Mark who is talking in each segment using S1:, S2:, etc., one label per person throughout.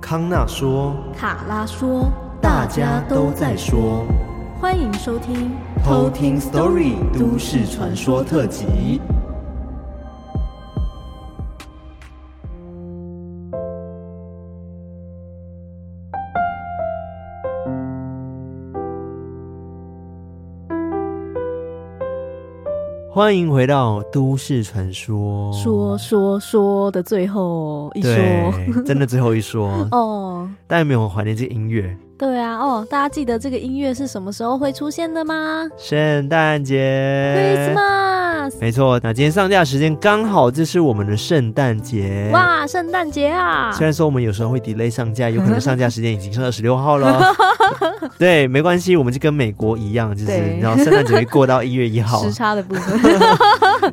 S1: 康纳说，
S2: 卡拉说，
S1: 大家都在说，
S2: 欢迎收听
S1: 偷听 Story 都市传说特辑。欢迎回到都市传说，
S2: 说说说的最后一说。，
S1: 对，真的最后一 说
S2: 哦，
S1: 大家有没有很怀念这个音乐？
S2: 对啊，哦，大家记得这个音乐是什么时候会出现的吗
S1: 圣诞节。
S2: ？Christmas！
S1: 没错，那今天上架时间刚好，这是我们的圣诞节。
S2: 哇，圣诞节啊！
S1: 虽然说我们有时候会 delay 上架，有可能上架时间已经是二十六号 了。对，没关系，我们就跟美国一样，就是
S2: 对
S1: 你知道圣诞节会过到一月一号，
S2: 时差的部分，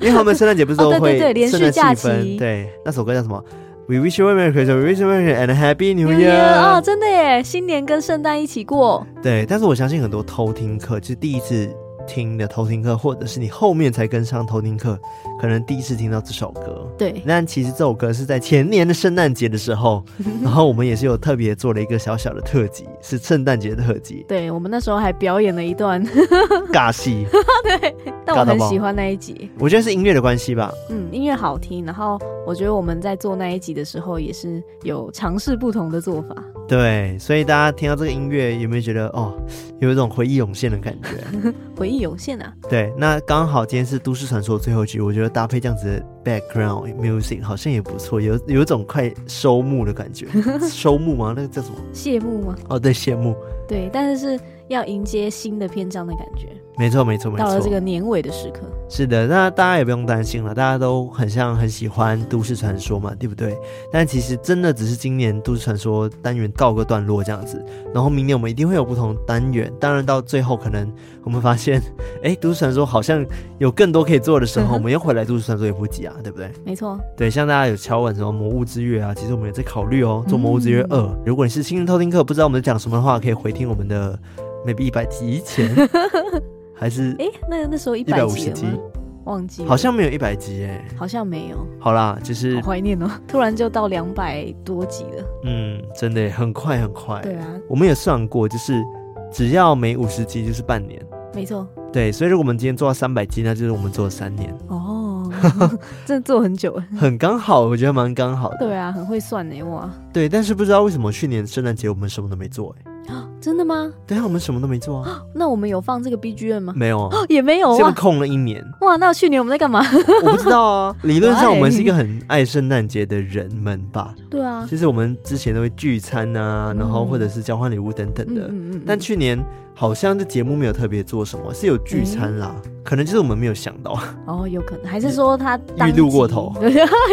S1: 因为他们圣诞节不是都
S2: 哦对
S1: 会
S2: 对对连续
S1: 圣诞
S2: 假
S1: 气氛
S2: 期
S1: 对，那首歌叫什么？We wish you a merry Christmas, we wish you a merry and a happy New
S2: 牛年
S1: Year。
S2: 哦，真的耶！新年跟圣诞一起过，
S1: 对，但是我相信很多偷听课，就是第一次听的偷听课，或者是你后面才跟上偷听课，可能第一次听到这首歌。
S2: 对，，
S1: 但其实这首歌是在前年的圣诞节的时候，然后我们也是有特别做了一个小小的特辑，是圣诞节的特辑
S2: 对我们那时候还表演了一段，
S1: 尬戏。
S2: 但我
S1: 尬到
S2: 很
S1: 爆
S2: 喜欢那一集。
S1: 我觉得是音乐的关系吧。
S2: 嗯，音乐好听，然后我觉得我们在做那一集的时候也是有尝试不同的做法。
S1: 对，所以大家听到这个音乐，有没有觉得哦，有一种回忆涌现的 感觉？
S2: 回忆涌现啊，
S1: 对，那刚好今天是都市传说的最后一集，我觉得搭配这样子的 background music 好像也不错，有有一种快收幕的感觉， 收幕吗？那个叫什么？
S2: 谢幕吗？
S1: 哦，对，谢幕，
S2: 对，但是是要迎接新的篇章的感觉。
S1: 没错，没错，没
S2: 到了这
S1: 错
S2: 个，年尾的时刻，
S1: 是的。那大家也不用担心了，大家都很像很喜欢都市传说嘛，对不对？但其实真的只是今年都市传说单元告个段落这样子，然后明年我们一定会有不同的单元。当然到最后可能我们发现，哎，都市传说好像有更多可以做的时
S2: 嗯
S1: 候，
S2: 哼
S1: 我们又回来都市传说也不急啊，对不对？
S2: 没错，
S1: 对，像大家有敲碗什么《魔物之月》啊，其实我们也在考虑哦，做《魔物之月二》
S2: 嗯
S1: 如果你是新人偷听课，不知道我们在讲什么的话，可以回听我们的 maybe 一百集 前，还是
S2: 诶，那那时候一
S1: 一百
S2: 百
S1: 五
S2: 集
S1: 十
S2: 了
S1: 集，
S2: 吗？忘记了，
S1: 好像没有一百集哎。
S2: 好像没有，
S1: 好啦，就是
S2: 好怀念哦， 突然就到两百多集了。
S1: 嗯，真的耶很快很快。
S2: 对啊，
S1: 我们也算过，就是只要每五十集就是半年。
S2: 没 错，
S1: 对，所以如果我们今天做到三百集，那就是我们做了三年，
S2: 哦， 真的做很久了。
S1: 很刚好，我觉得蛮刚好的。
S2: 嗯对啊，很会算呢，哇，
S1: 对，但是不知道为什么去年圣诞节我们什么都没做哎。
S2: 真的吗？
S1: 对啊，我们什么都没做啊，
S2: 那我们有放这个 BGM 吗？
S1: 没有啊。
S2: 哦，也没有
S1: 这么
S2: 哇，
S1: 空了一年，
S2: 哇，那去年我们在干嘛？
S1: 我不知道啊。 理论上
S2: Why？
S1: 我们是一个很爱圣诞节的人们吧，
S2: 对啊，
S1: 就是我们之前都会聚餐啊，然后
S2: 嗯
S1: 或者是交换礼物等等的。
S2: 嗯嗯
S1: 但去年好像这节目没有特别做什么，是有聚
S2: 嗯
S1: 餐啦，可能就是我们没有想到，
S2: 哦，有可能，还是说他当
S1: 嗯预录
S2: 集
S1: 过头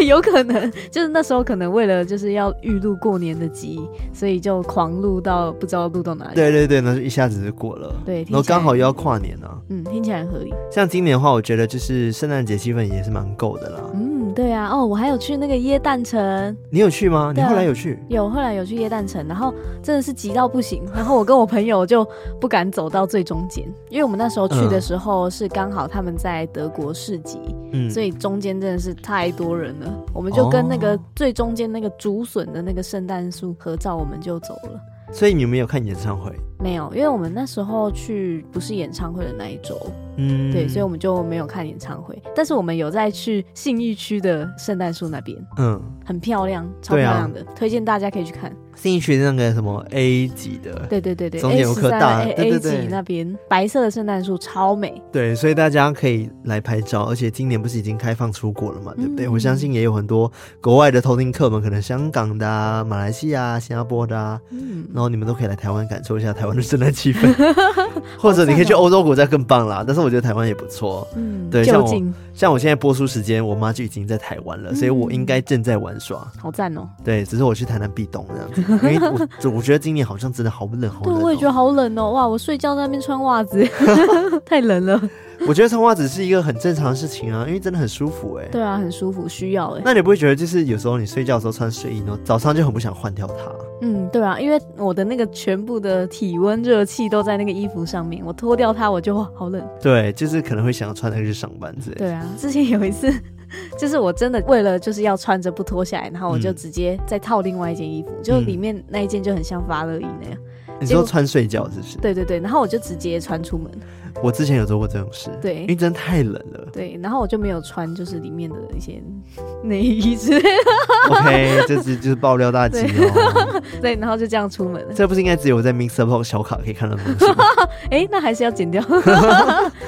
S2: 有可能就是那时候可能为了就是要预录过年的集，所以就狂录到不知道录到哪里。
S1: 对 对对，那就一下子就过了。
S2: 对听
S1: 然后
S2: 起来
S1: 刚好又要跨年啊。
S2: 嗯，听起来很合理。
S1: 像今年的话，我觉得就是圣诞节气氛也是蛮够的啦。
S2: 嗯，对啊，哦，我还有去那个椰蛋城，
S1: 你有去吗？你
S2: 对啊
S1: 后来有去？
S2: 有后来有去椰蛋城，然后真的是急到不行，然后我跟我朋友就不敢走到最中间，因为我们那时候去的时候是刚好他们在德国市集，
S1: 嗯，
S2: 所以中间真的是太多人了，我们就跟那个
S1: 哦
S2: 最中间那个竹笋的那个圣诞树合照，我们就走了。
S1: 所以你有没有看演唱会？
S2: 没有，因为我们那时候去不是演唱会的那一周，
S1: 嗯，
S2: 对，所以我们就没有看演唱会，但是我们有在去信义区的圣诞树那边，
S1: 嗯，
S2: 很漂亮，超漂
S1: 对啊
S2: 亮的，推荐大家可以去看。
S1: 新一区那个什么 A 级的，
S2: 对对对对
S1: 中
S2: ，A
S1: 间有
S2: 十
S1: 棵
S2: 三哎
S1: 大
S2: A
S1: 对
S2: A
S1: 对对
S2: 级那边白色的圣诞树超美，
S1: 对，所以大家可以来拍照，而且今年不是已经开放出国了嘛，对不对？
S2: 嗯
S1: 我相信也有很多国外的偷听客们，可能香港的、啊、马来西亚、新加坡的、啊，
S2: 嗯，
S1: 然后你们都可以来台湾感受一下台湾的圣诞气氛， 或者你可以去
S2: 哦
S1: 欧洲国家更棒啦。但是我觉得台湾也不错，
S2: 嗯，
S1: 对像
S2: 就
S1: 我
S2: 近
S1: 像我现在播出时间，我妈就已经在台湾
S2: 嗯
S1: 了，所以我应该正在玩耍。
S2: 好赞哦。
S1: 对，只是我去台南避冬这样子， 因为我就我觉得今年好像真的好冷，好
S2: 对，
S1: 冷、哦。
S2: 我也觉得好冷哦，哇，我睡觉在那边穿袜子， 太冷了。
S1: 我觉得穿袜子是一个很正常的事情啊，因为真的很舒服哎、
S2: 对啊，很舒服，需要哎。
S1: 那你不会觉得就是有时候你睡觉的时候穿睡衣，然后早上就很不想换掉它？
S2: 嗯，对啊，因为我的那个全部的体温热气都在那个衣服上面，我脱掉它我就哇好冷。
S1: 对，就是可能会想要穿那个去上班之类的。
S2: 对啊，之前有一次 就是我真的为了就是要穿着不脱下来，然后我就
S1: 嗯
S2: 直接再套另外一件衣服，就
S1: 嗯
S2: 里面那一件就很像发热衣那样。
S1: 你
S2: 结
S1: 说
S2: 果
S1: 穿睡觉是不是？
S2: 对对对，然后我就直接穿出门。
S1: 我之前有做过这种事，
S2: 对。
S1: 因为真的太冷了
S2: 对，然后我就没有穿就是里面的一些内衣之 类的。
S1: OK，这 是就是爆料大集哦。
S2: 对，然后就这样出门了。
S1: 这不是应该只有在 Mix Up 小卡可以看到的东西吗？
S2: 哎，那还是要剪掉。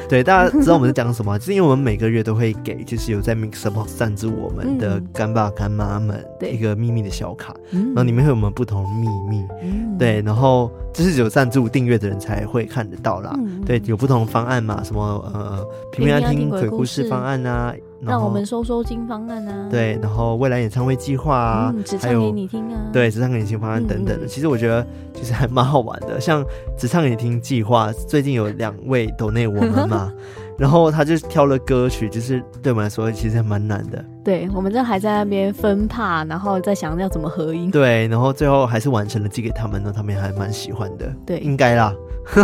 S1: 对，大家知道我们在讲什么？就是因为我们每个月都会给，就是有在 Mix Up 赞助我们的
S2: 嗯
S1: 干爸干妈们
S2: 对
S1: 一个秘密的小卡，
S2: 嗯
S1: 然后里面会有我们不同的秘密。
S2: 嗯
S1: 对，然后就是只有赞助订阅的人才会看得到啦。
S2: 嗯
S1: 对，有不同的方案嘛，什么呃平
S2: 平
S1: 安
S2: 安
S1: 听
S2: 听鬼
S1: 鬼
S2: 故
S1: 故事
S2: 事
S1: 方案啊，然
S2: 让我
S1: 后
S2: 们收收金方案啊。
S1: 对，然后未来演唱会计划啊，
S2: 嗯，只
S1: 还
S2: 唱给
S1: 有
S2: 你听啊。
S1: 对职场给你听方案等等的。
S2: 嗯嗯
S1: 其实我觉得其实还蛮好玩的， 像职场给你听计划，最近有两位抖内我们 嘛，然后他就挑了歌曲，就是对我们来说其实还蛮难的，
S2: 对，我们这还在那边分帕，然后在想要怎么合音。
S1: 对，然后最后还是完成了寄给他们呢，他们也还蛮喜欢的，
S2: 对
S1: 应该啦，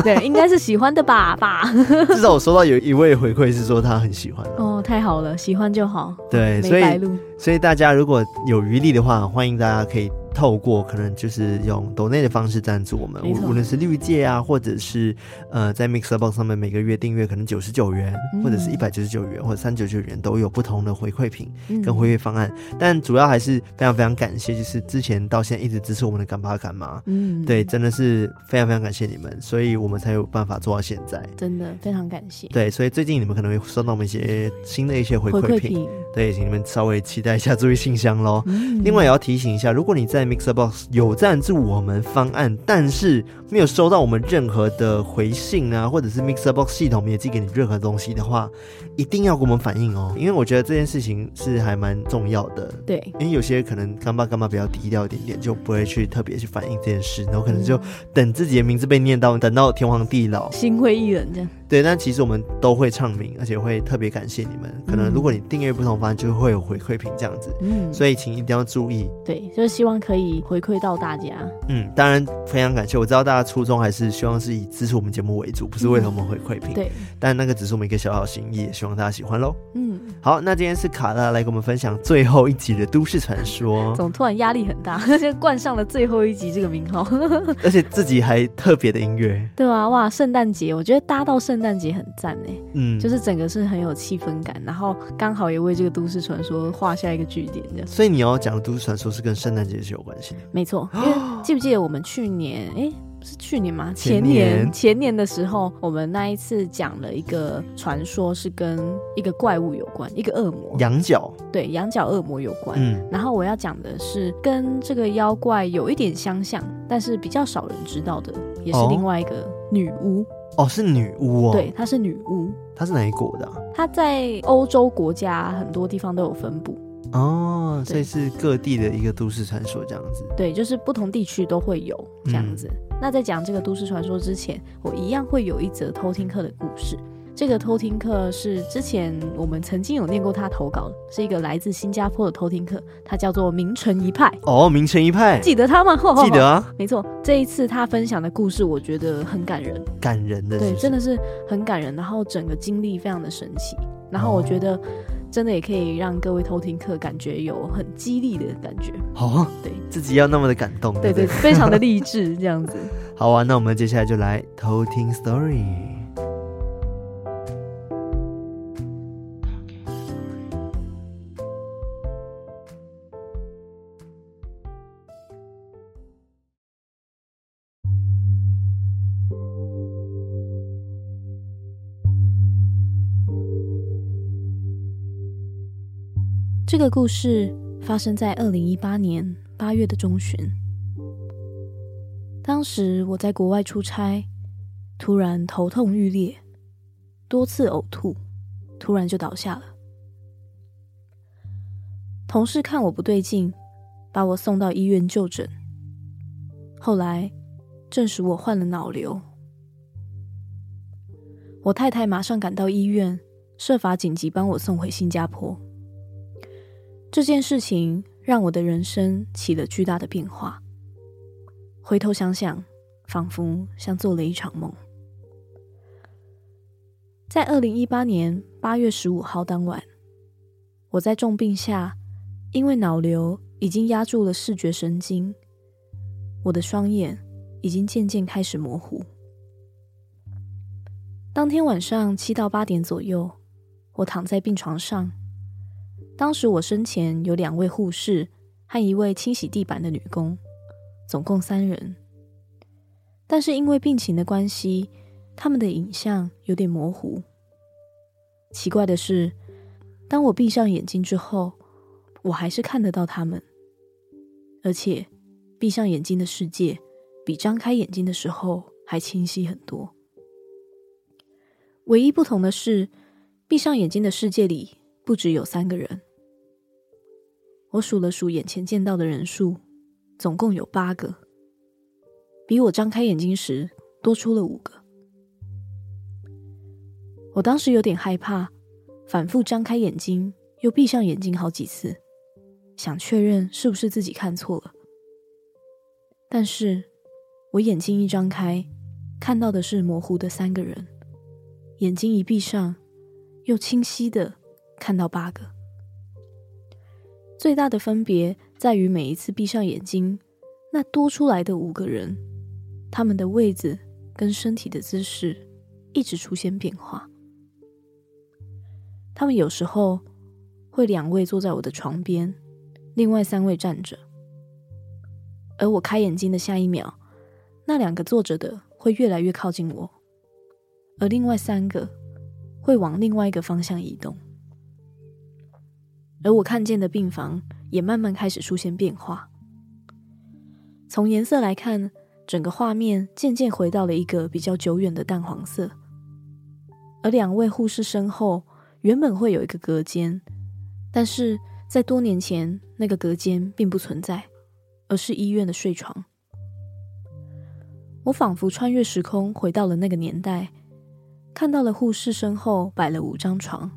S2: 对，应该是喜欢的吧吧。
S1: 至少我收到有一位回馈是说他很喜欢啊
S2: 哦，太好了，喜欢就好。
S1: 对，所
S2: 没白
S1: 以
S2: 录。
S1: 所以大家如果有余力的话，欢迎大家可以透过可能就是用抖内的方式赞助我们，
S2: 没错
S1: 无无论是绿界啊，或者是呃在 Mixer Box 上面每个月订阅可能九十九元，
S2: 嗯
S1: 或者是一百九十九元或者三九九元都有不同的回馈品
S2: 嗯
S1: 跟回馈方案，但主要还是非常非常感谢，就是之前到现在一直支持我们的干爸干妈。
S2: 嗯，
S1: 对，，真的是非常非常感谢你们，所以我们才有办法做到现在。
S2: 真的非常感谢
S1: 对，所以最近你们可能会收到我们一些新的一些回
S2: 回
S1: 馈
S2: 馈
S1: 品，
S2: 品。
S1: 对，请你们稍微期待一下，注意信箱喽。
S2: 嗯
S1: 另外也要提醒一下，如果你在 Mixer Box 有赞助我们方案，但是没有收到我们任何的回信啊，或者是 Mixer Box 系统没有寄给你任何东西的话，一定要跟我们反映哦，因为我觉得这件事情是还蛮重要的。
S2: 对，
S1: 因为有些可能干爸干妈比较低调一点点，就不会去特别去反映这件事，然后可能就等自己的名字被念到，等到天荒地老。
S2: 心灰意冷这样。
S1: 对，但其实我们都会唱名，而且会特别感谢你们。可能
S2: 嗯
S1: 如果你订阅不同方案，就会有回馈品这样子，
S2: 嗯，
S1: 所以请一定要注意。
S2: 对，就是希望可以回馈到大家。
S1: 嗯，当然非常感谢。我知道大家初衷还是希望是以支持我们节目为主，不是为了我们回馈品。，
S2: 嗯对，
S1: 但那个只是我们一个小小心意，也希望大家喜欢喽。
S2: 嗯，
S1: 好，那今天是卡拉来给我们分享最后一集的都市传说，
S2: 总突然压力很大， 就冠上了最后一集这个名号。
S1: 而且自己还特别的音乐，
S2: 对啊，哇，圣诞节，我觉得搭到圣诞节很赞哎，
S1: 嗯，
S2: 就。是整个是很有气氛感，然后刚好也为这个都市传说画下一个句点，这样
S1: 所以你要讲的都市传说是跟圣诞节是有关系的，
S2: 没错。因为记不记得我们去年哎？是去年吗？
S1: 前
S2: 前
S1: 年
S2: 年前年的时候，我们那一次讲了一个传说，是跟一个怪物有关，一个恶魔，
S1: 羊角，
S2: 对，羊角恶魔有关。
S1: 嗯，
S2: 然后我要讲的是跟这个妖怪有一点相像，但是比较少人知道的，也是
S1: 哦
S2: 另外一个女巫。
S1: 哦，是女巫哦，
S2: 对，，她是女巫，
S1: 她是哪一国的啊、
S2: 她在欧洲国家很多地方都有分布。
S1: 哦，所以
S2: 对
S1: 是各地的一个都市传说这样子，
S2: 对，就是不同地区都会有这
S1: 嗯
S2: 样子。那在讲这个都市传说之前，我一样会有一则偷听课的故事。这个偷听课是之前我们曾经有念过他投稿，是一个来自新加坡的偷听课，它叫做“名城一派
S1: 哦，名城一派”，，
S2: 记得他吗？
S1: 记得啊，
S2: 没错，这一次他分享的故事，我觉得很感人，
S1: 感人的是
S2: 对，
S1: 不是
S2: 真的是很感人。然后整个经历非常的神奇，然后我觉得真的也可以让各位偷听客感觉有很激励的感觉，
S1: 哦，
S2: 对，
S1: 自己要那么的感动，
S2: 对
S1: 不
S2: 对，非常的励志这样子。
S1: 好啊，那我们接下来就来偷听 story。
S2: 这个故事发生在二零一八年八月的中旬。当时我在国外出差，突然头痛欲裂，多次呕吐，突然就倒下了。同事看我不对劲，把我送到医院就诊。后来证实我患了脑瘤。我太太马上赶到医院，设法紧急帮我送回新加坡。这件事情让我的人生起了巨大的变化。回头想想，仿佛像做了一场梦。在二零一八年八月十五号当晚，我在重病下，因为脑瘤已经压住了视觉神经，我的双眼已经渐渐开始模糊。当天晚上七到八点左右，我躺在病床上。当时我身前有两位护士和一位清洗地板的女工，总共三人。但是因为病情的关系，他们的影像有点模糊。奇怪的是，当我闭上眼睛之后，我还是看得到他们，而且闭上眼睛的世界比张开眼睛的时候还清晰很多。唯一不同的是，闭上眼睛的世界里不只有三个人。我数了数眼前见到的人数，总共有八个，比我张开眼睛时多出了五个。我当时有点害怕，反复张开眼睛又闭上眼睛好几次，想确认是不是自己看错了。但是，我眼睛一张开，看到的是模糊的三个人。眼睛一闭上，又清晰的看到八个。最大的分别在于每一次闭上眼睛，那多出来的五个人，他们的位置跟身体的姿势一直出现变化。他们有时候会两位坐在我的床边，另外三位站着，而我开眼睛的下一秒，那两个坐着的会越来越靠近我。而另外三个会往另外一个方向移动，而我看见的病房也慢慢开始出现变化。从颜色来看，整个画面渐渐回到了一个比较久远的淡黄色。而两位护士身后原本会有一个隔间，但是在多年前那个隔间并不存在，而是医院的睡床。我仿佛穿越时空，回到了那个年代。看到了护士身后摆了五张床，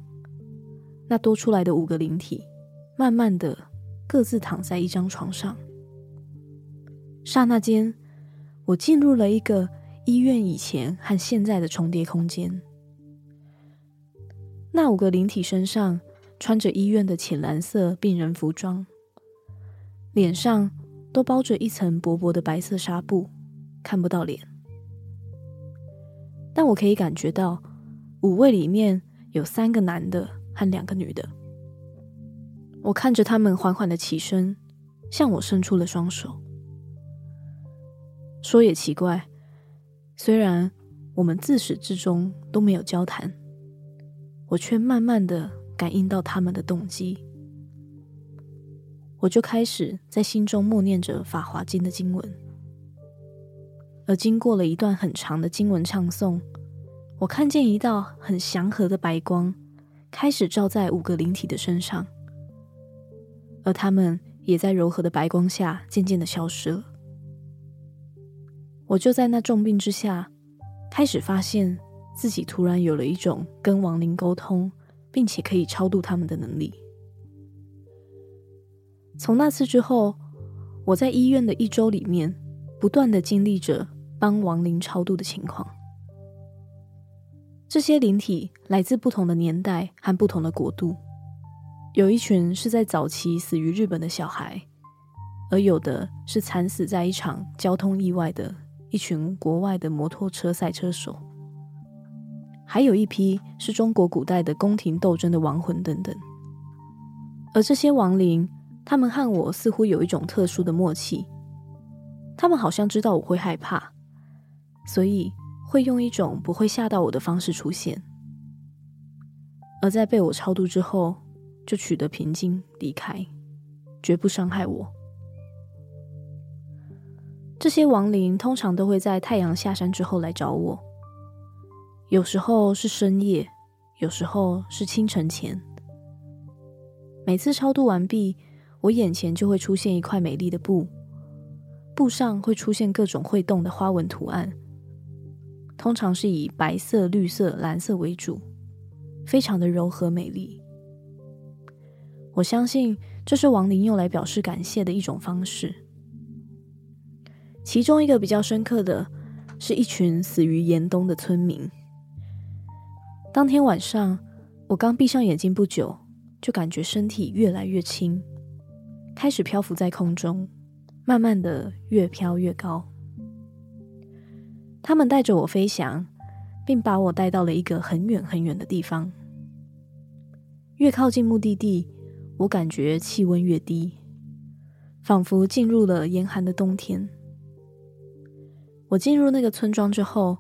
S2: 那多出来的五个灵体，慢慢的各自躺在一张床上。刹那间，我进入了一个医院以前和现在的重叠空间。那五个灵体身上穿着医院的浅蓝色病人服装，脸上都包着一层薄薄的白色纱布，看不到脸。但我可以感觉到，五位里面有三个男的和两个女的。我看着他们缓缓的起身，向我伸出了双手。说也奇怪，虽然我们自始至终都没有交谈，我却慢慢的感应到他们的动机。我就开始在心中默念着《法华经》的经文。而经过了一段很长的经文唱诵，我看见一道很祥和的白光开始照在五个灵体的身上，而他们也在柔和的白光下渐渐的消失了。我就在那重病之下，开始发现自己突然有了一种跟亡灵沟通，并且可以超度他们的能力。从那次之后，我在医院的一周里面，不断的经历着。帮亡灵超度的情况。这些灵体来自不同的年代和不同的国度，有一群是在早期死于日本的小孩，而有的是惨死在一场交通意外的一群国外的摩托车赛车手，还有一批是中国古代的宫廷斗争的亡魂等等。而这些亡灵，他们和我似乎有一种特殊的默契，他们好像知道我会害怕。所以会用一种不会吓到我的方式出现，而在被我超度之后，就取得平静离开，绝不伤害我。这些亡灵通常都会在太阳下山之后来找我，有时候是深夜，有时候是清晨前。每次超度完毕，我眼前就会出现一块美丽的布，布上会出现各种会动的花纹图案。通常是以白色、绿色、蓝色为主，非常的柔和美丽。我相信这是亡灵用来表示感谢的一种方式。其中一个比较深刻的是一群死于严冬的村民。当天晚上，我刚闭上眼睛不久，就感觉身体越来越轻，开始漂浮在空中，慢慢的越飘越高。他们带着我飞翔，并把我带到了一个很远很远的地方。越靠近目的地，我感觉气温越低，仿佛进入了严寒的冬天。我进入那个村庄之后，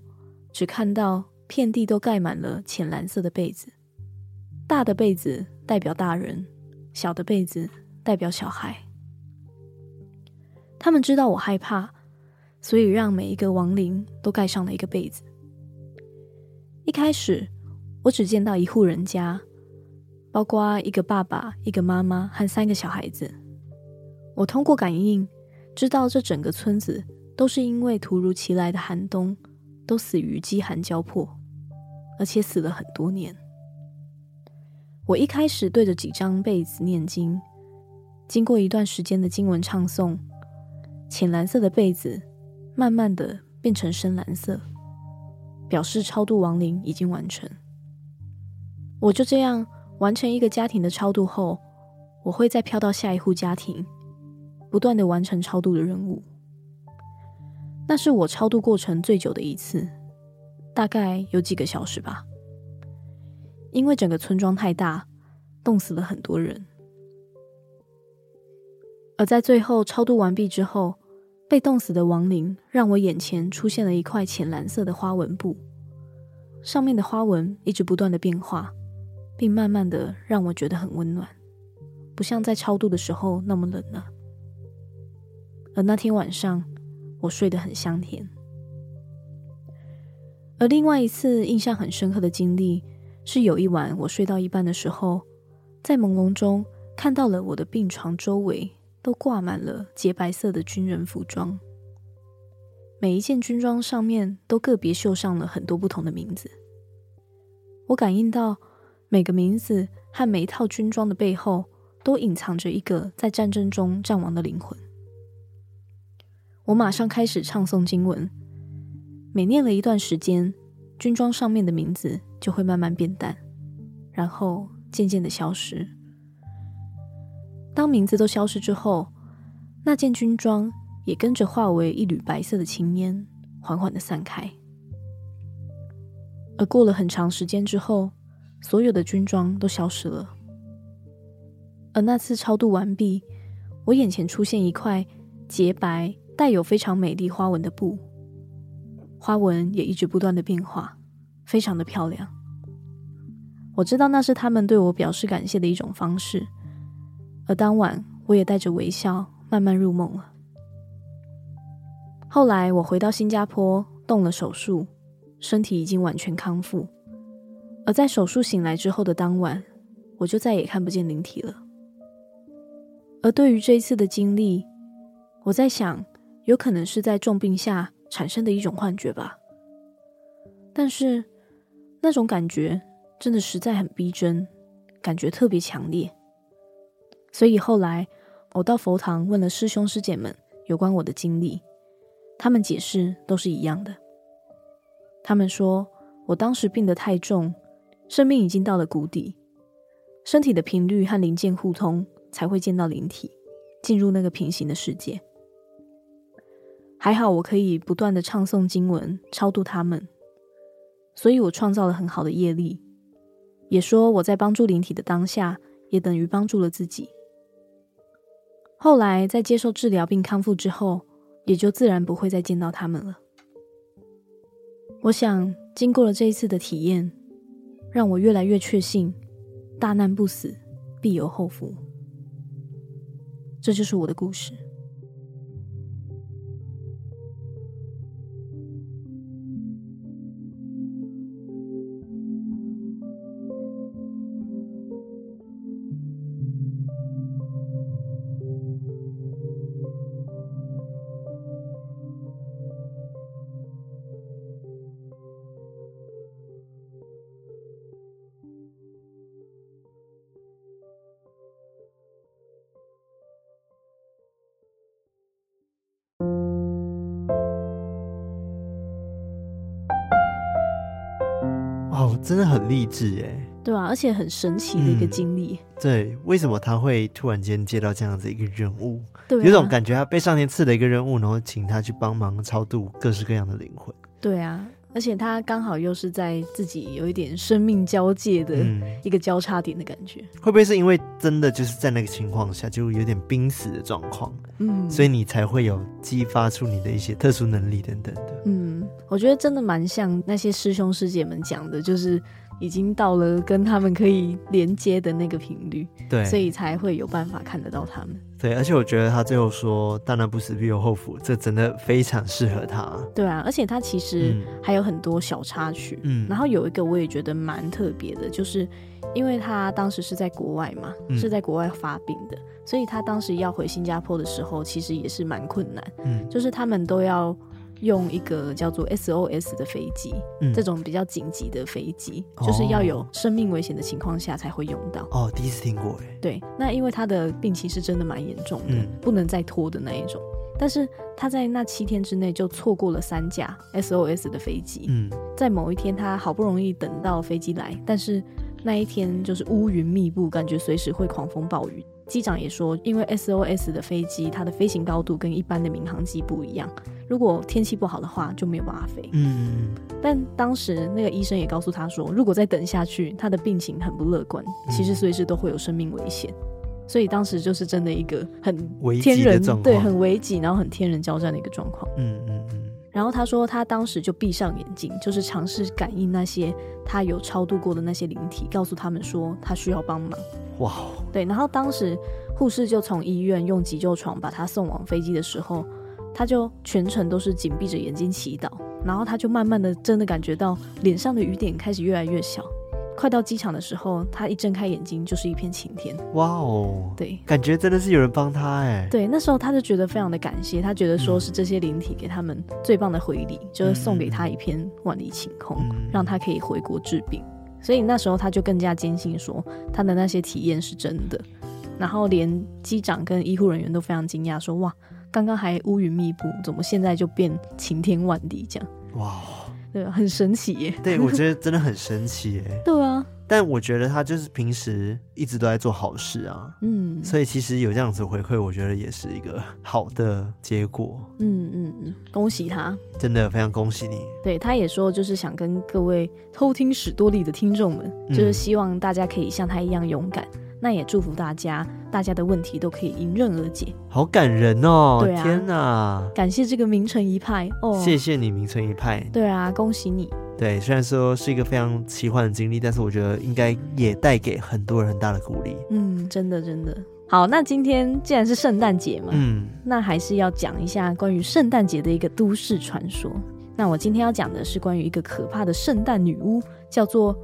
S2: 只看到遍地都盖满了浅蓝色的被子，大的被子代表大人，小的被子代表小孩。他们知道我害怕，所以让每一个亡灵都盖上了一个被子。一开始，我只见到一户人家，包括一个爸爸、一个妈妈和三个小孩子。我通过感应知道这整个村子。都是因为突如其来的寒冬，都死于饥寒交迫，而且死了很多年。我一开始对着几张被子念经，经过一段时间的经文唱诵，浅蓝色的被子慢慢的变成深蓝色，表示超度亡灵已经完成。我就这样完成一个家庭的超度后，我会再飘到下一户家庭，不断的完成超度的任务。那是我超度过程最久的一次，大概有几个小时吧。因为整个村庄太大，冻死了很多人。而在最后超度完毕之后，被冻死的亡灵让我眼前出现了一块浅蓝色的花纹布，上面的花纹一直不断的变化，并慢慢的让我觉得很温暖，不像在超度的时候那么冷了、啊。而那天晚上。我睡得很香甜，而另外一次印象很深刻的经历是，有一晚我睡到一半的时候，在朦胧中看到了我的病床周围都挂满了洁白色的军人服装，每一件军装上面都个别绣上了很多不同的名字。我感应到每个名字和每一套军装的背后，都隐藏着一个在战争中战亡的灵魂。我马上开始唱诵经文，每念了一段时间，军装上面的名字就会慢慢变淡，然后渐渐的消失。当名字都消失之后，那件军装也跟着化为一缕白色的青烟，缓缓的散开。而过了很长时间之后，所有的军装都消失了。而那次超度完毕，我眼前出现一块洁白。带有非常美丽花纹的布，花纹也一直不断的变化，非常的漂亮。我知道那是他们对我表示感谢的一种方式，而当晚我也带着微笑慢慢入梦了。后来我回到新加坡，动了手术，身体已经完全康复。而在手术醒来之后的当晚，我就再也看不见灵体了。而对于这一次的经历，我在想。有可能是在重病下产生的一种幻觉吧，但是那种感觉真的实在很逼真，感觉特别强烈。所以后来我到佛堂问了师兄师姐们有关我的经历，他们解释都是一样的。他们说我当时病得太重，生命已经到了谷底，身体的频率和零件互通才会见到灵体，进入那个平行的世界。还好，我可以不断的唱诵经文，超度他们，所以我创造了很好的业力。也说我在帮助灵体的当下，也等于帮助了自己。后来在接受治疗并康复之后，也就自然不会再见到他们了。我想，经过了这一次的体验，让我越来越确信，大难不死，必有后福。这就是我的故事。
S1: 哦真的很励志哎！
S2: 对啊，而且很神奇的一个
S1: 嗯
S2: 经历，
S1: 对，为什么他会突然间接到这样子一个任务？
S2: 对、啊，
S1: 有种感觉，他被上天赐了一个任务，然后请他去帮忙超度各式各样的灵魂。
S2: 对啊，而且他刚好又是在自己有一点生命交界的
S1: 嗯，
S2: 一个交叉点的感觉，
S1: 会不会是因为真的就是在那个情况下，就有点濒死的状况，
S2: 嗯，
S1: 所以你才会有激发出你的一些特殊能力等等的？
S2: 嗯，我觉得真的蛮像那些师兄师姐们讲的，就是已经到了跟他们可以连接的那个频率，所
S1: 对，
S2: 以才会有办法看得到他们。
S1: 对，而且我觉得他最后说“大难不死，必有后福”，这真的非常适合他。
S2: 对啊，而且他其实
S1: 嗯
S2: 还有很多小插曲。
S1: 嗯，
S2: 然后有一个我也觉得蛮特别的，就是因为他当时是在国外嘛，
S1: 嗯
S2: 是在国外发病的，所以他当时要回新加坡的时候，其实也是蛮困难，
S1: 嗯
S2: 就是他们都要用一个叫做 SOS 的飞机，
S1: 嗯
S2: 这种比较紧急的飞机，
S1: 哦
S2: 就是要有生命危险的情况下才会用到。
S1: 哦，第一次听过哎，
S2: 对，那因为他的病情是真的蛮严重的，
S1: 嗯
S2: 不能再拖的那一种。但是他在那七天之内就错过了三架 SOS 的飞机，
S1: 嗯
S2: 在某一天他好不容易等到飞机来，但是那一天就是乌云密布，感觉随时会狂风暴雨。机长也说，因为 SOS 的飞机它的飞行高度跟一般的民航机不一样，如果天气不好的话就没有办法飞。
S1: 嗯嗯
S2: 但当时那个医生也告诉他说，如果再等下去，他的病情很不乐观，其实随时都会有生命危险。所以当时就是真的一个很
S1: 危
S2: 天
S1: 机的
S2: 人
S1: 状况
S2: 对很危急，然后很天人交战的一个状况。
S1: 嗯嗯嗯
S2: 然后他说，他当时就闭上眼睛，就是尝试感应那些他有超度过的那些灵体，告诉他们说他需要帮忙。
S1: 嗯，哇哦，
S2: 对，然后当时护士就从医院用急救床把他送往飞机的时候，他就全程都是紧闭着眼睛祈祷，然后他就慢慢的真的感觉到脸上的雨点开始越来越小。快到机场的时候，他一睁开眼睛就是一片晴天。
S1: 哇哦，
S2: 对
S1: 感觉真的是有人帮他哎，
S2: 对，那时候他就觉得非常的感谢，他觉得说是这些灵体给他们最棒的回礼，就是送给他一片万里晴空，
S1: 嗯
S2: 让他可以回国治病。所以那时候他就更加坚信说他的那些体验是真的。然后连机长跟医护人员都非常惊讶，说哇，刚刚还乌云密布，怎么现在就变晴天万里这样？
S1: 哇哦，
S2: 对吧？很神奇耶。
S1: 对我觉得真的很神奇哎。
S2: 对啊，
S1: 但我觉得他就是平时一直都在做好事啊，
S2: 嗯
S1: 所以其实有这样子回馈，我觉得也是一个好的结果。
S2: 嗯嗯嗯，恭喜他。
S1: 真的非常恭喜你，
S2: 对，他也说，就是想跟各位偷听史多利的听众们，
S1: 嗯
S2: 就是希望大家可以像他一样勇敢。那也祝福大家，大家的问题都可以迎刃而解。
S1: 好感人哦！
S2: 对啊
S1: 天哪，
S2: 感谢这个明成一派哦，
S1: 谢谢你，明成一派。
S2: 对啊，恭喜你。
S1: 对，虽然说是一个非常奇幻的经历，但是我觉得应该也带给很多人很大的鼓励。
S2: 嗯，真的真的。好，那今天既然是圣诞节嘛，
S1: 嗯，
S2: 那还是要讲一下关于圣诞节的一个都市传说。那我今天要讲的是关于一个可怕的圣诞女巫，叫做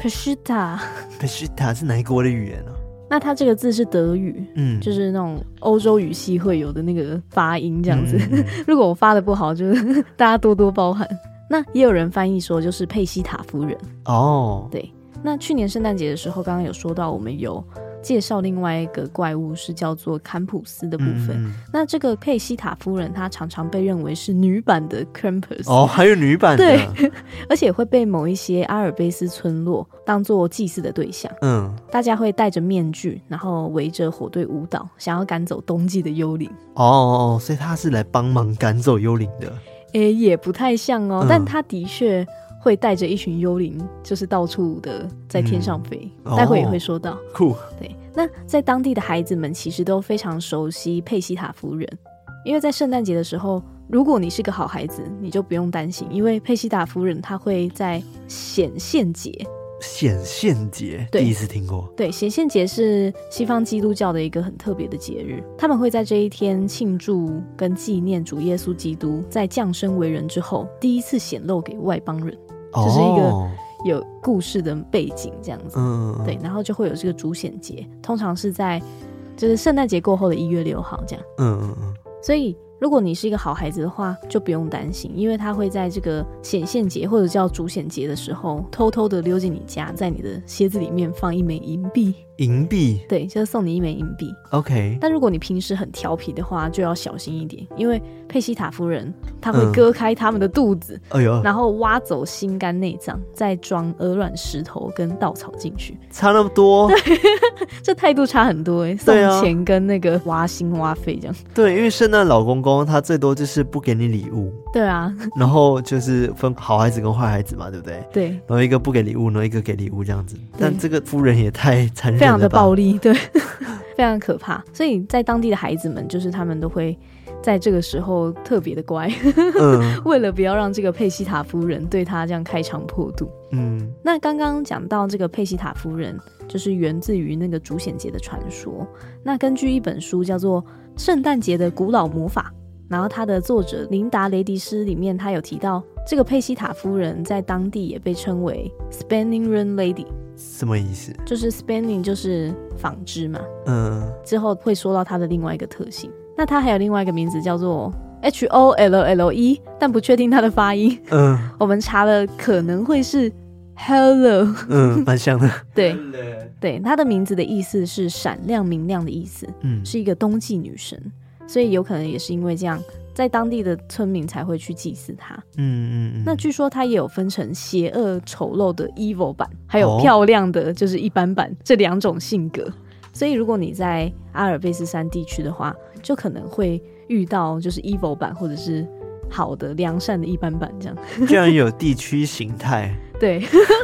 S2: Peshita。
S1: 可是它是哪一国的语言呢、啊？
S2: 那它这个字是德语，
S1: 嗯，
S2: 就是那种欧洲语系会有的那个发音这样子。
S1: 嗯。嗯嗯
S2: 如果我发的不好，就是 大家多多包涵。那也有人翻译说就是佩西塔夫人。
S1: 哦，
S2: 那去年圣诞节的时候，刚刚有说到我们有介绍另外一个怪物是叫做坎普斯的部
S1: 嗯
S2: 分。
S1: 嗯嗯
S2: 那这个佩西塔夫人她常常被认为是女版的 Krampus，、
S1: 哦，还有女版的，
S2: 对 而且会被某一些阿尔卑斯村落当做祭祀的对象。
S1: 嗯，
S2: 大家会戴着面具，然后围着火堆舞蹈，想要赶走冬季的幽灵。
S1: 哦哦，哦所以他是来帮忙赶走幽灵的，
S2: 诶、也不太像哦，
S1: 嗯
S2: 但他的确会带着一群幽灵，就是到处的在天上飞。
S1: 嗯
S2: 待会也
S1: 哦
S2: 会说到。
S1: 酷，
S2: 对，那在当地的孩子们其实都非常熟悉佩西塔夫人，因为在圣诞节的时候，如果你是个好孩子，你就不用担心，因为佩西塔夫人她会在显现节。
S1: 显现节
S2: 对
S1: 第一次听过，
S2: 对，显现节是西方基督教的一个很特别的节日，他们会在这一天庆祝跟纪念主耶稣基督在降生为人之后第一次显露给外邦人，
S1: 哦，
S2: 是一个有故事的背景这样子。
S1: 嗯，嗯，
S2: 对
S1: 嗯，
S2: 然后就会有这个主显节，通常是在就是圣诞节过后的一月六号这样。
S1: 嗯嗯嗯，
S2: 所以，如果你是一个好孩子的话，就不用担心，因为他会在这个显现节或者叫主显节的时候，偷偷的溜进你家，在你的鞋子里面放一枚银币。
S1: 银币
S2: 对，就是送你一枚银币。
S1: ，OK，
S2: 但如果你平时很调皮的话，就要小心一点，因为佩西塔夫人她会
S1: 嗯
S2: 割开他们的肚子，
S1: 哎呦，
S2: 然后挖走心肝内脏，再装鹅卵石头跟稻草进去。
S1: 差那么多，
S2: 这态度差很多哎、送
S1: 对啊
S2: 钱跟那个挖心挖肺这样。
S1: 对，因为圣诞老公公他最多就是不给你礼物，
S2: 对啊，
S1: 然后就是分好孩子跟坏孩子嘛，对不对？
S2: 对，
S1: 然后一个不给礼物，然后一个给礼物这样子。但
S2: 对
S1: 这个夫人也太残忍了吧，
S2: 非常的暴力，对， 非常可怕。所以在当地的孩子们，就是他们都会在这个时候特别的乖，
S1: 嗯
S2: 为了不要让这个佩西塔夫人对他这样开肠破肚。
S1: 嗯
S2: 那刚刚讲到这个佩西塔夫人，就是源自于那个竹显节的传说。那根据一本书叫做《圣诞节的古老魔法》，然后它的作者琳达·雷迪斯里面，他有提到这个佩西塔夫人在当地也被称为 Spinning Rain Lady，
S1: 什么意思？
S2: 就是 spinning 就是纺织嘛，
S1: 嗯，
S2: 之后会说到它的另外一个特性。那它还有另外一个名字叫做 H O L L E，但不确定它的发音。
S1: 嗯
S2: 我们查了，可能会是 Hello，
S1: 嗯，蛮像的。
S2: 对对，它的名字的意思是闪亮明亮的意思，
S1: 嗯，
S2: 是一个冬季女神，所以有可能也是因为这样，在当地的村民才会去祭祀她。
S1: 嗯嗯嗯。
S2: 那据说它也有分成邪恶丑陋的 evil 版，还
S1: 哦
S2: 有漂亮的就是一般版这两种性格。所以如果你在阿尔卑斯山地区的话，就可能会遇到就是 evil 版或者是好的良善的一般版这样。
S1: 居然有地区形态，
S2: 对，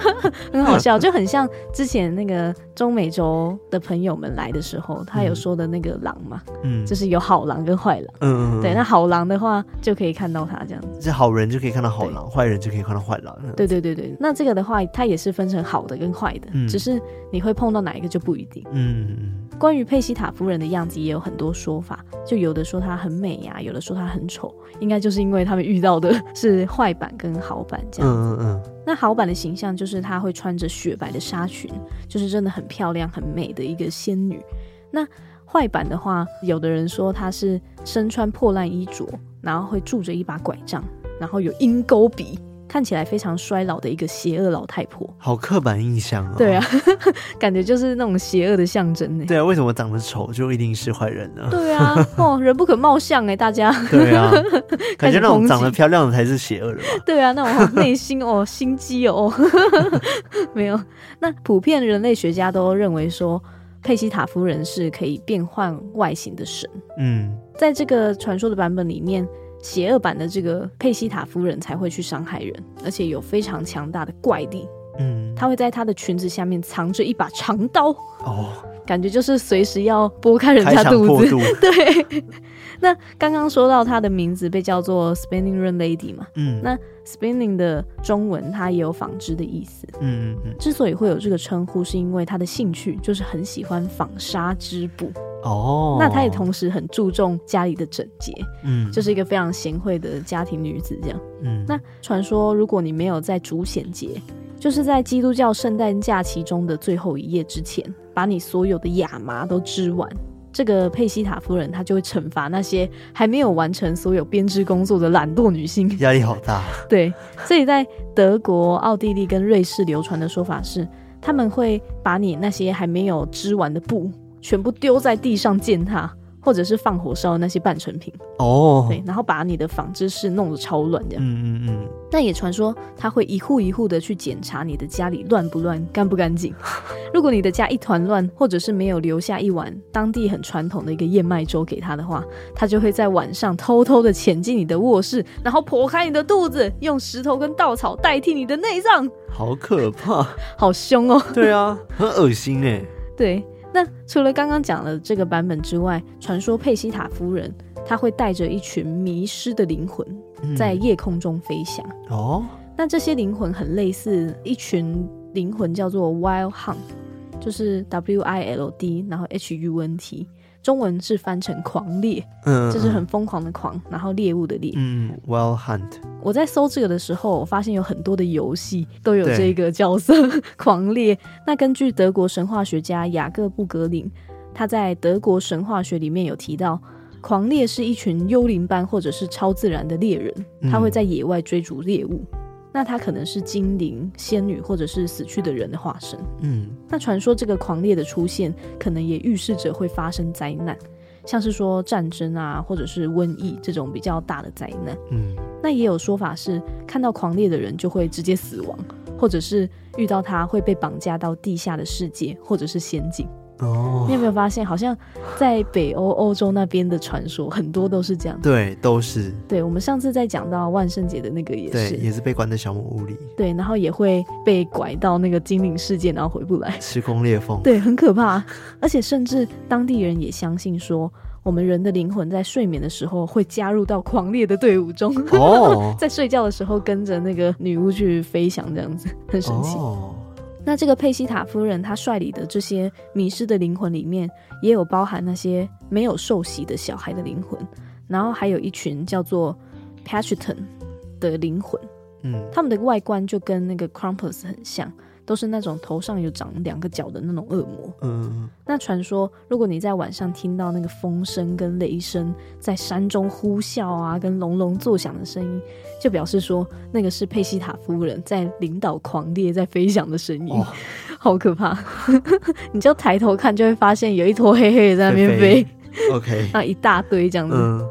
S2: 很好笑，就很像之前那个中美洲的朋友们来的时候，他有说的那个狼嘛，
S1: 嗯
S2: 就是有好狼跟坏狼。
S1: 嗯嗯，
S2: 对，
S1: 嗯
S2: 那好狼的话就可以看到它这样子。
S1: 这好人就可以看到好狼，坏人就可以看到坏狼。
S2: 对对对对，那这个的话，它也是分成好的跟坏的，
S1: 嗯
S2: 只是你会碰到哪一个就不一定。
S1: 嗯，嗯
S2: 关于佩西塔夫人的样子也有很多说法，就有的说她很美呀、有的说她很丑，应该就是因为他们遇到的 是坏版跟好版这
S1: 嗯
S2: 样。
S1: 嗯嗯
S2: 那好版的形象就是她会穿着雪白的纱裙，就是真的很漂亮、很美的一个仙女。那坏版的话，有的人说她是身穿破烂衣着，然后会拄着一把拐杖，然后有鹰钩鼻，看起来非常衰老的一个邪恶老太婆。
S1: 好刻板印象啊。
S2: 对啊，， 感觉就是那种邪恶的象征呢。欸
S1: 对啊，为什么长得丑就一定是坏人呢？
S2: 对啊，哦，人不可貌相哎，大家。
S1: 对啊，感
S2: 开
S1: 觉
S2: 始
S1: 那种
S2: 抨
S1: 长得
S2: 击
S1: 漂亮的才是邪恶的吧？
S2: 对啊，那种哦内心哦，心机哦， 没有。那普遍人类学家都认为说，佩西塔夫人是可以变换外形的神。
S1: 嗯
S2: 在这个传说的版本里面，邪恶版的这个佩西塔夫人才会去伤害人，而且有非常强大的怪力，
S1: 嗯，
S2: 她会在她的裙子下面藏着一把长刀，
S1: 哦，
S2: 感觉就是随时要拨开人
S1: 开
S2: 家
S1: 肠
S2: 肚
S1: 破
S2: 子。
S1: 肚，
S2: 对，那刚刚说到她的名字被叫做 Spinning Run Lady 嘛，
S1: 嗯
S2: 那 spinning 的中文它也有纺织的意思。
S1: 嗯嗯嗯，
S2: 之所以会有这个称呼，是因为他的兴趣就是很喜欢纺纱织布，
S1: 哦，
S2: 那他也同时很注重家里的整洁，
S1: 嗯
S2: 就是一个非常贤惠的家庭女子这样。
S1: 嗯
S2: 那传说如果你没有在主显节，就是在基督教圣诞假期中的最后一夜之前，把你所有的亚麻都织完。这个佩西塔夫人，她就会惩罚那些还没有完成所有编织工作的懒惰女性。
S1: 压力好大，
S2: 对，所以在德国、奥地利跟瑞士流传的说法是，他们会把你那些还没有织完的布全部丢在地上践踏，或者是放火烧的那些半成品，
S1: 哦，
S2: 对，然后把你的纺织室弄得超乱这样。
S1: 嗯嗯嗯，
S2: 但也传说他会一户一户的去检查你的家里乱不乱、干不干净。如果你的家一团乱，或者是没有留下一碗当地很传统的一个燕麦粥给他的话，他就会在晚上偷偷的潜进你的卧室，然后剖开你的肚子，用石头跟稻草代替你的内脏，
S1: 好可怕，
S2: 好凶哦！
S1: 对啊，很恶心哎，
S2: 对，那除了刚刚讲的这个版本之外，传说佩西塔夫人她会带着一群迷失的灵魂
S1: 嗯
S2: 在夜空中飞翔。
S1: 哦，
S2: 那这些灵魂很类似一群灵魂，叫做 Wild Hunt，就是 W I L D，然后 H U N T，中文是翻成狂猎，
S1: 嗯，
S2: 就是很疯狂的狂，然后猎物的猎。
S1: 嗯嗯，Well Hunt，
S2: 我在搜这个的时候，我发现有很多的游戏都有
S1: 对
S2: 这个角色狂猎。那根据德国神话学家雅各布格林，他在德国神话学里面有提到。狂
S1: 嗯
S2: 猎是一群幽灵般或者是超自然的猎人，他会在野外追逐猎物。那它可能是精灵、仙女或者是死去的人的化身。
S1: 嗯
S2: 那传说这个狂猎的出现，可能也预示着会发生灾难，像是说战争啊，或者是瘟疫这种比较大的灾难。
S1: 嗯
S2: 那也有说法是，看到狂猎的人就会直接死亡，或者是遇到他会被绑架到地下的世界或者是仙境。
S1: 哦
S2: 你，有没有发现，好像在北欧、欧洲那边的传说很多都是这样？
S1: 对，都是
S2: 对，我们上次在讲到万圣节的那个也
S1: 对，
S2: 是。
S1: 也是被关在小木屋里，
S2: 对，然后也会被拐到那个精灵世界，然后回不来。
S1: 吃空裂缝。
S2: 对，很可怕。而且甚至当地人也相信说，我们人的灵魂在睡眠的时候会加入到狂猎的队伍中，
S1: 哦
S2: 在睡觉的时候跟着那个女巫去飞翔，这样子很神奇。
S1: 哦，
S2: 那这个佩西塔夫人她率领的这些迷失的灵魂里面，也有包含那些没有受洗的小孩的灵魂，然后还有一群叫做 Patcherton 的灵魂。
S1: 嗯
S2: 他们的外观就跟那个 Krampus 很像，都是那种头上有长两个角的那种恶魔。
S1: 嗯
S2: 那传说，如果你在晚上听到那个风声跟雷声在山中呼啸啊，跟隆隆作响的声音，就表示说那个是佩西塔夫人在领导狂猎在飞翔的声音，
S1: 哦
S2: 好可怕！ 你就抬头看，就会发现有一坨黑黑的在那边
S1: 在
S2: 飞，
S1: ，OK，
S2: 那一大堆这样子。
S1: 嗯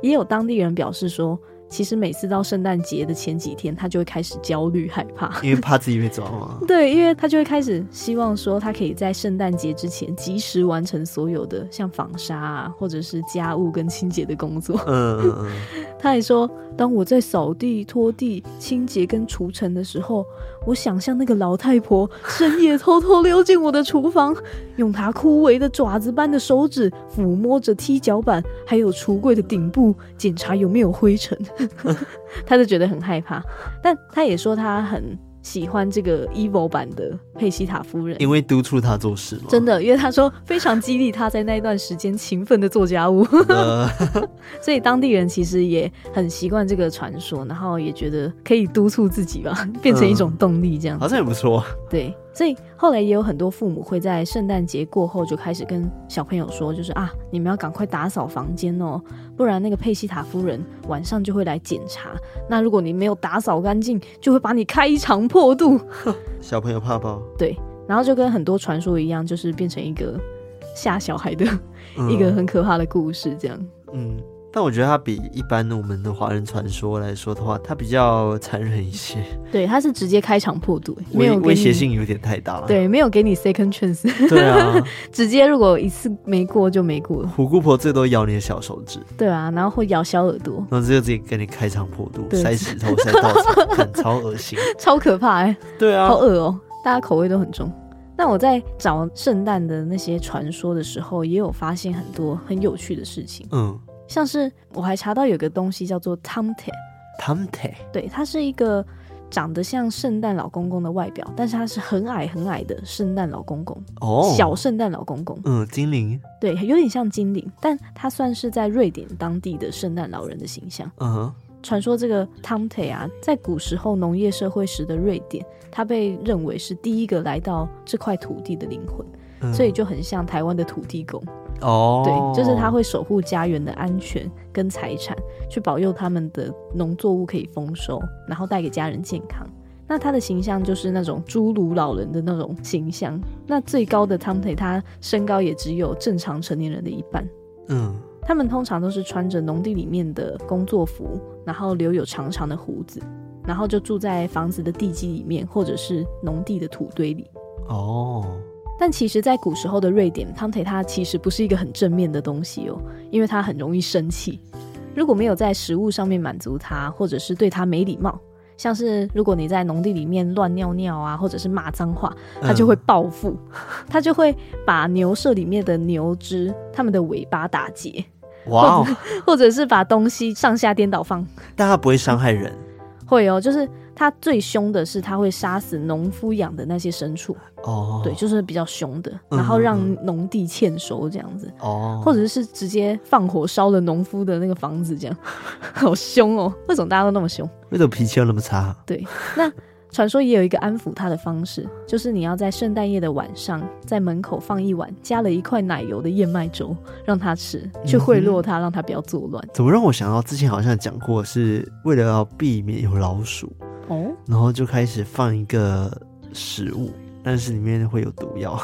S2: 也有当地人表示说，其实每次到圣诞节的前几天，他就会开始焦虑害怕。
S1: 因为怕自己被抓嘛。
S2: 对，因为他就会开始希望说，他可以在圣诞节之前及时完成所有的像纺纱啊，或者是家务跟清洁的工作。
S1: 嗯嗯嗯，
S2: 他还说，当我在扫地、拖地、清洁跟除尘的时候，我想象那个老太婆深夜偷偷溜进我的厨房，用她枯萎的爪子般的手指抚摸着踢脚板，还有橱柜的顶部，检查有没有灰尘。 他就觉得很害怕，但他也说他很喜欢这个 evil 版的佩西塔夫人。
S1: 因为督促他做事嘛。
S2: 真的，因为他说非常激励他在那一段时间勤奋的做家务。
S1: 呃，
S2: 所以当地人其实也很习惯这个传说，然后也觉得可以督促自己吧， 变成一种动力这样。
S1: 好像也不错。
S2: 对，所以后来也有很多父母会在圣诞节过后就开始跟小朋友说，就是啊，你们要赶快打扫房间哦，不然那个佩西塔夫人晚上就会来检查。那如果你没有打扫干净，就会把你开肠破肚。
S1: 小朋友怕包，
S2: 对，然后就跟很多传说一样，就是变成一个吓小孩的
S1: 嗯
S2: 一个很可怕的故事这样。
S1: 嗯。但我觉得它比一般我们的华人传说来说的话，它比较残忍一些，
S2: 对，他是直接开肠破肚，没
S1: 威
S2: 有给
S1: 威胁
S2: 你
S1: 性有点太大了。
S2: 对，没有给你 second chance，
S1: 对啊，
S2: 直接如果一次没过就没过，
S1: 虎姑婆最多咬你的小手指，
S2: 对啊，然后会咬小耳朵，
S1: 然后就直接给你开肠破肚，
S2: 对
S1: 塞石头、塞稻草， 看超恶心。
S2: 超可怕哎、
S1: 对啊
S2: 好，恶哦、大家口味都很重。那我在找圣诞的那些传说的时候，也有发现很多很有趣的事情，
S1: 嗯，
S2: 像是我还查到有个东西叫做 Tomte，
S1: 他们得
S2: 对，它是一个长得像圣诞老公公的外表，但是它是很矮很矮的圣诞老公公，
S1: 哦，
S2: 小圣诞老公公，
S1: 嗯，精灵，
S2: 对，有点像精灵，但它算是在瑞典当地的圣诞老人的形象。
S1: 嗯哼，
S2: 传说这个 Tomte 啊，在古时候农业社会时的瑞典，它被认为是第一个来到这块土地的灵魂，
S1: 嗯
S2: 所以就很像台湾的土地公。
S1: 哦，
S2: 对，就是他会守护家园的安全跟财产，去保佑他们的农作物可以丰收，然后带给家人健康。那他的形象就是那种侏儒老人的那种形象。那最高的 Tomte，他身高也只有正常成年人的一半。
S1: 嗯
S2: 他们通常都是穿着农地里面的工作服，然后留有长长的胡子，然后就住在房子的地基里面，或者是农地的土堆里。
S1: 哦，
S2: 但其实，在古时候的瑞典，汤腿它其实不是一个很正面的东西哦，因为它很容易生气。如果没有在食物上面满足它，或者是对它没礼貌，像是如果你在农地里面乱尿尿啊，或者是骂脏话，
S1: 嗯
S2: 它就会报复， 它就会把牛舍里面的牛只它们的尾巴打结，
S1: 嗯哇哦，
S2: 或者是把东西上下颠倒放。
S1: 但他不会伤害 人
S2: 会哦，就是它最凶的是它会杀死农夫养的那些牲畜，
S1: 哦，
S2: 对，就是比较凶的，
S1: 嗯
S2: 然后让
S1: 嗯
S2: 农地欠收这样子，
S1: 哦，
S2: 或者是直接放火烧了农夫的那个房子，这样 好凶哦！为什么大家都那么凶？
S1: 为什么脾气又那么差？
S2: 传说也有一个安抚他的方式，就是你要在圣诞夜的晚上，在门口放一碗加了一块奶油的燕麦粥，让他吃，去
S1: 嗯
S2: 贿赂他，让他不要作乱。
S1: 怎么让我想到之前好像讲过，是为了要避免有老鼠，
S2: 哦，
S1: 然后就开始放一个食物，但是里面会有毒 药，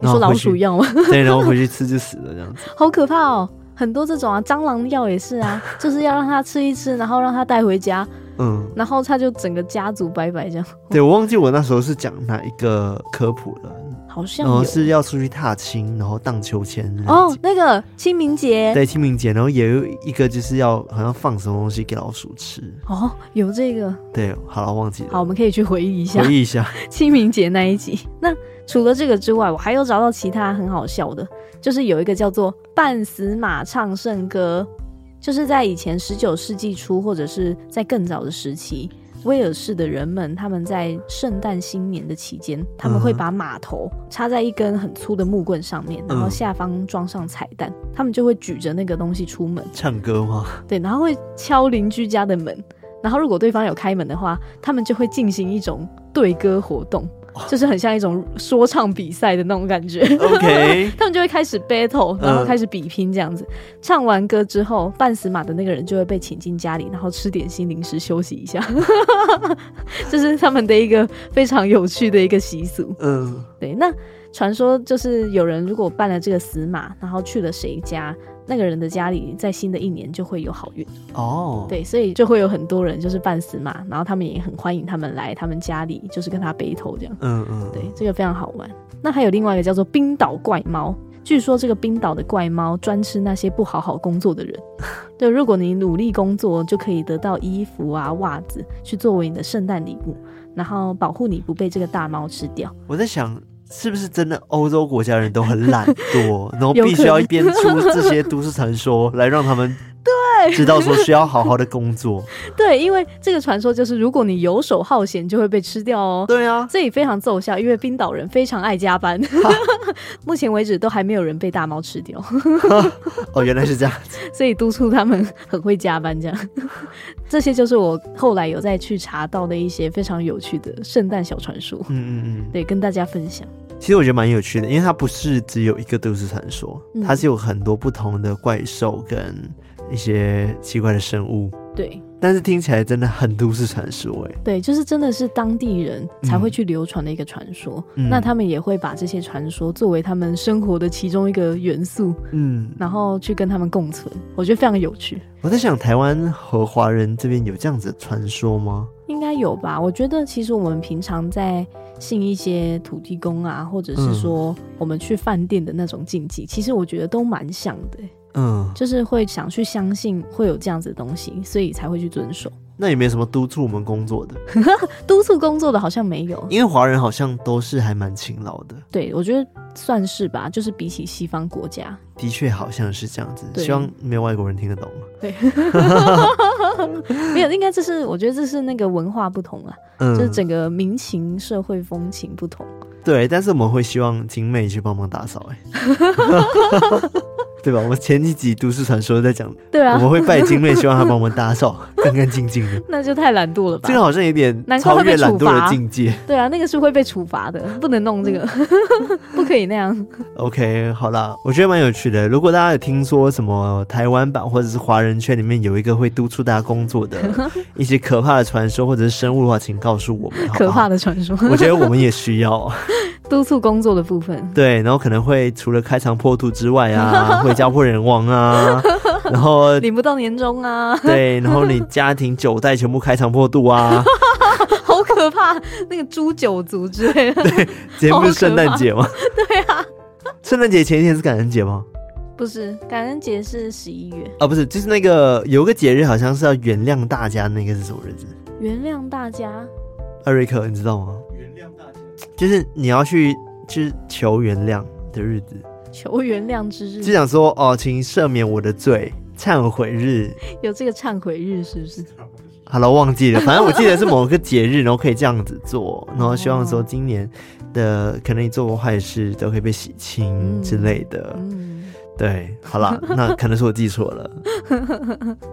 S2: 你
S1: 然后
S2: 说老
S1: 回去
S2: 鼠药吗？
S1: 对，然后回去吃就死了这样子。
S2: 好可怕哦！很多这种啊，蟑螂药也是 啊，就是要让它吃一吃，然后让它带回家，
S1: 嗯，
S2: 然后它就整个家族拜拜这样。
S1: 对我忘记我那时候是讲哪一个科普了，
S2: 好像
S1: 然后
S2: 有
S1: 哦是要出去踏青，然后荡秋千那一
S2: 哦
S1: 集。，
S2: 那个清明节
S1: 对清明节，然后也有一个就是要好像放什么东西给老鼠吃，
S2: 哦，有这个。
S1: 对，好了，忘记
S2: 好，我
S1: 了，
S2: 们可以去回忆一下
S1: 回忆一下，
S2: 清明节那一集。那除了这个之外，我还有找到其他很好笑的，就是有一个叫做“半死马唱圣歌”，就是在以前十九世纪初或者是在更早的时期，威尔士的人们他们在圣诞新年的期间，他们会
S1: 嗯哼
S2: 把马头插在一根很粗的木棍上面，然后
S1: 嗯
S2: 下方装上彩蛋，他们就会举着那个东西出门。
S1: 唱歌吗？
S2: 对，然后会敲邻居家的门，然后如果对方有开门的话，他们就会进行一种对歌活动，
S1: 哦
S2: 就是很像一种说唱比赛的那种感觉。
S1: OK，
S2: 他们就会开始 battle，然后
S1: 嗯
S2: 开始比拼这样子。唱完歌之后，半死马的那个人就会被请进家里，然后吃点心零食休息一下。 这是他们的一个非常有趣的一个习俗。
S1: 嗯
S2: 对，那传说就是有人如果办了这个死马，然后去了谁家，那个人的家里在新的一年就会有好运。
S1: 哦，
S2: 对，所以就会有很多人就是办死马，然后他们也很欢迎他们来他们家里，就是跟他 battle 这样。
S1: 嗯嗯，
S2: 对，这个非常好玩。那还有另外一个叫做冰岛怪猫，据说这个冰岛的怪猫专吃那些不好好工作的人。 对，如果你努力工作，就可以得到衣服啊、袜子，去作为你的圣诞礼物，然后保护你不被这个大猫吃掉。
S1: 我在想。是不是真的欧洲国家人都很懒 惰，然后
S2: 有
S1: 必
S2: 可
S1: 须要
S2: 能
S1: 编出这些都市传说来让他 们对知道说需要好好的工作？
S2: 对，因为这个传说就是，如果你游手好闲，就会被吃掉哦。
S1: 对啊，
S2: 这里非常奏效，因为冰岛人非常爱加班。 目前为止都还没有人被大猫吃掉，
S1: 哦，原来是这样。
S2: 所以督促他们很会加班。这样， 这些就是我后来有再去查到的一些非常有趣的圣诞小传说，
S1: 嗯嗯嗯，
S2: 对，跟大家分享。
S1: 其实我觉得蛮有趣的，因为它不是只有一个都市传说，
S2: 嗯
S1: 它是有很多不同的怪兽跟一些奇怪的生物，
S2: 对
S1: 但是听起来真的很都市传说哎。
S2: 对，就是真的是当地人才会去流传的一个传说。
S1: 嗯
S2: 那他们也会把这些传说作为他们生活的其中一个元素，
S1: 嗯，
S2: 然后去跟他们共存。我觉得非常有趣。
S1: 我在想台湾和华人这边有这样子的传说吗？
S2: 应该有吧？我觉得其实我们平常在信一些土地公啊，或者
S1: 嗯
S2: 是说我们去饭店的那种禁忌，其实我觉得都蛮像的、欸
S1: 嗯，
S2: 就是会想去相信会有这样子的东西，所以才会去遵守。
S1: 那也没什么督促我们工作的，
S2: 督促工作的好像没有，
S1: 因为华人好像都是还蛮勤劳的，
S2: 对我觉得算是吧，就是比起西方国家，
S1: 的确好像是这样子。
S2: 对
S1: 希望没有外国人听得懂。
S2: 没有，应该这是我觉得这是那个文化不同啊，
S1: 嗯，
S2: 就是整个民情、社会风情不同。
S1: 对，但是我们会希望景美去帮忙打扫、 哎， 对吧？我们前几集都市传说在讲，
S2: 对
S1: 我
S2: 啊
S1: 们，会拜景美，希望她帮我们打扫干干净 净的。
S2: 那就太懒惰了吧
S1: 这个？好像有点
S2: 难怪
S1: 超
S2: 会
S1: 越
S2: 被
S1: 懒
S2: 处
S1: 惰的
S2: 罚
S1: 境界。
S2: 对啊，那个是会被处罚的，不能弄这个，
S1: 嗯
S2: 不可以那样。
S1: OK，好啦，我觉得蛮有趣的。如果大家有听说什么台湾版或者是华人圈里面有一个会督促大家工作 的一些可怕的传说或者是生物的话，请告诉我们，好不
S2: 可怕
S1: 好？
S2: 的传说，
S1: 我觉得我们也需要。
S2: 督促工作的部分。
S1: 对，然后可能会除了开肠破肚之外啊， 会家破人亡啊，然后
S2: 领不到年终啊，
S1: 对，然后你家庭九代全部开肠破肚啊，
S2: 好可怕！那个诛九族之类的，
S1: 今天不是圣诞节吗？
S2: 对啊，
S1: 圣诞节前一天是感恩节吗？
S2: 不是感恩节是十一月，
S1: 啊，不是，就是那个有一个节日好像是要原谅大家，那个是什么日子？
S2: 原谅大家。
S1: 艾瑞克，你知道吗？原谅大家就是你要去去求原谅的日子，
S2: 求原谅之
S1: 就
S2: 日，
S1: 想说哦，请赦免我的罪，忏悔日。
S2: 有这个忏悔日是不是？
S1: 好了，忘记了，反正我记得是某个节日，然后可以这样子
S2: 哦
S1: 做，然后希望说今年的可能你做过坏事都可以被洗清之类的。
S2: 嗯，
S1: 对，好啦，那可能是我记错了。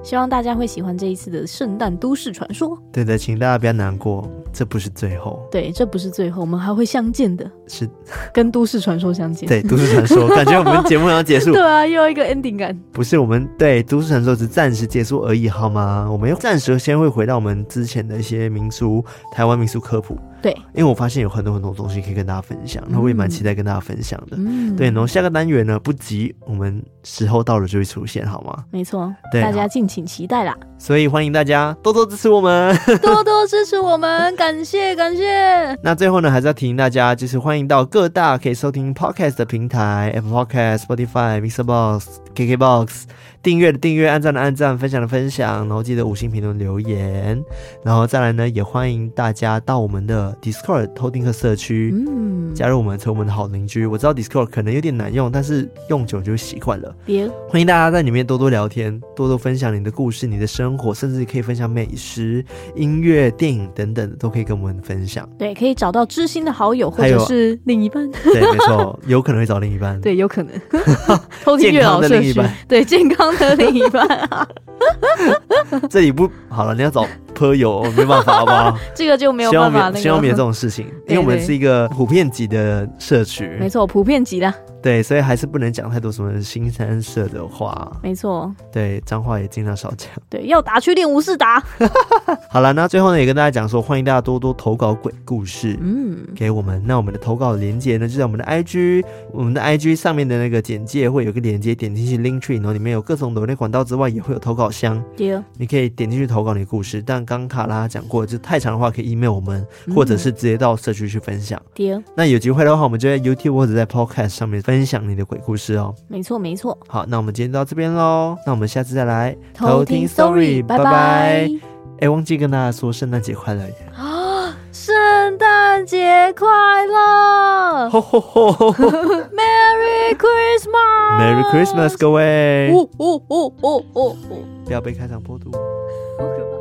S2: 希望大家会喜欢这一次的圣诞都市传说。
S1: 对的，请大家不要难过，这不是最后，
S2: 对，这不是最后，我们还会相见的，
S1: 是
S2: 跟都市传说相见。
S1: 对都市传说，感觉我们节目要结束
S2: 对，啊，又要一个 ending 感。
S1: 不是我们对都市传说只暂时结束而已，好吗？我们暂时先会回到我们之前的一些民俗，台湾民俗科普，
S2: 对，
S1: 因为我发现有很多很多东西可以跟大家分享，然后我也蛮期待跟大家分享的。
S2: 嗯，
S1: 对，然后下个单元呢，不急，我们时候到了就会出现，好吗？
S2: 没错，
S1: 对
S2: 大
S1: 好
S2: 家敬请期待啦，
S1: 所以欢迎大家多多支持我们。
S2: 多多支持我们，感谢感谢。
S1: 那最后呢，还是要提醒大家，就是欢迎到各大可以收听 podcast 的平台，Apple Podcast、Spotify、Mixer Box、KK Box，订阅的订阅，按赞的按赞，分享的分享，然后记得五星评论留言，然后再来呢，也欢迎大家到我们的 Discord 偷听客社区。
S2: 嗯，
S1: 加入我们，成为我们的好邻居。我知道 Discord 可能有点难用，但是用久就会习惯了。
S2: 别
S1: 欢迎大家在里面多多聊天，多多分享你的故事、你的生活，甚至可以分享美食、音乐、电影等等，都可以跟我们分享。
S2: 对，可以找到知心的好友或
S1: 还
S2: 者
S1: 有
S2: 是另一 半，
S1: 对，没错，有可能会找另一半。
S2: 对，有可 能偷听月老
S1: 健康的
S2: 社
S1: 另一
S2: 区
S1: 半，
S2: 对，健康的另一半，
S1: 这里不好了，你要找朋友没办法，好不好？
S2: 这个 就没有
S1: 希望
S2: 办
S1: 没
S2: 法
S1: 有
S2: 那
S1: 希望没有这
S2: 个。
S1: 种 事情，因
S2: 对
S1: 为我们
S2: 对
S1: 是一个普遍级的社区，
S2: 没错，普遍级啦，
S1: 对，所以还是不能讲太多什么新三社的话，
S2: 没错，
S1: 对，脏话也尽量少讲。
S2: 对，要打去练吴世达，
S1: 好了，那最后呢，也跟大家讲说，欢迎大家多多投稿鬼故事。
S2: 嗯，
S1: 给我们，那我们的投稿连接呢，就在我们的 IG，我们的 IG 上面的那个简介会有个连接，点进去 Linktree，然后里面有各种抖内管道之外，也会有投稿箱，
S2: 对，
S1: 你可以点进去投稿你的故事。但刚卡拉讲过，就太长的话可以 email 我们，或者是直接到社区去分享。
S2: 对，
S1: 那有机会的话，我们就在 YouTube 或者在 Podcast 上面分享你的鬼故事哦。
S2: 没错没错，
S1: 好，那我们今天到这边喽，那我们下次再来。
S2: 偷
S1: 偷
S2: 听
S1: 听
S2: story，
S1: story，
S2: 拜
S1: 拜
S2: 拜
S1: 拜。哎，忘记跟大家说圣诞节快乐 耶！
S2: 啊，圣诞节快乐
S1: 吼吼吼吼 吼
S2: ，Merry Christmas，
S1: ，Merry Christmas，各位！
S2: 哦哦哦哦哦哦，
S1: 不要被开场破毒。
S2: 好可怕。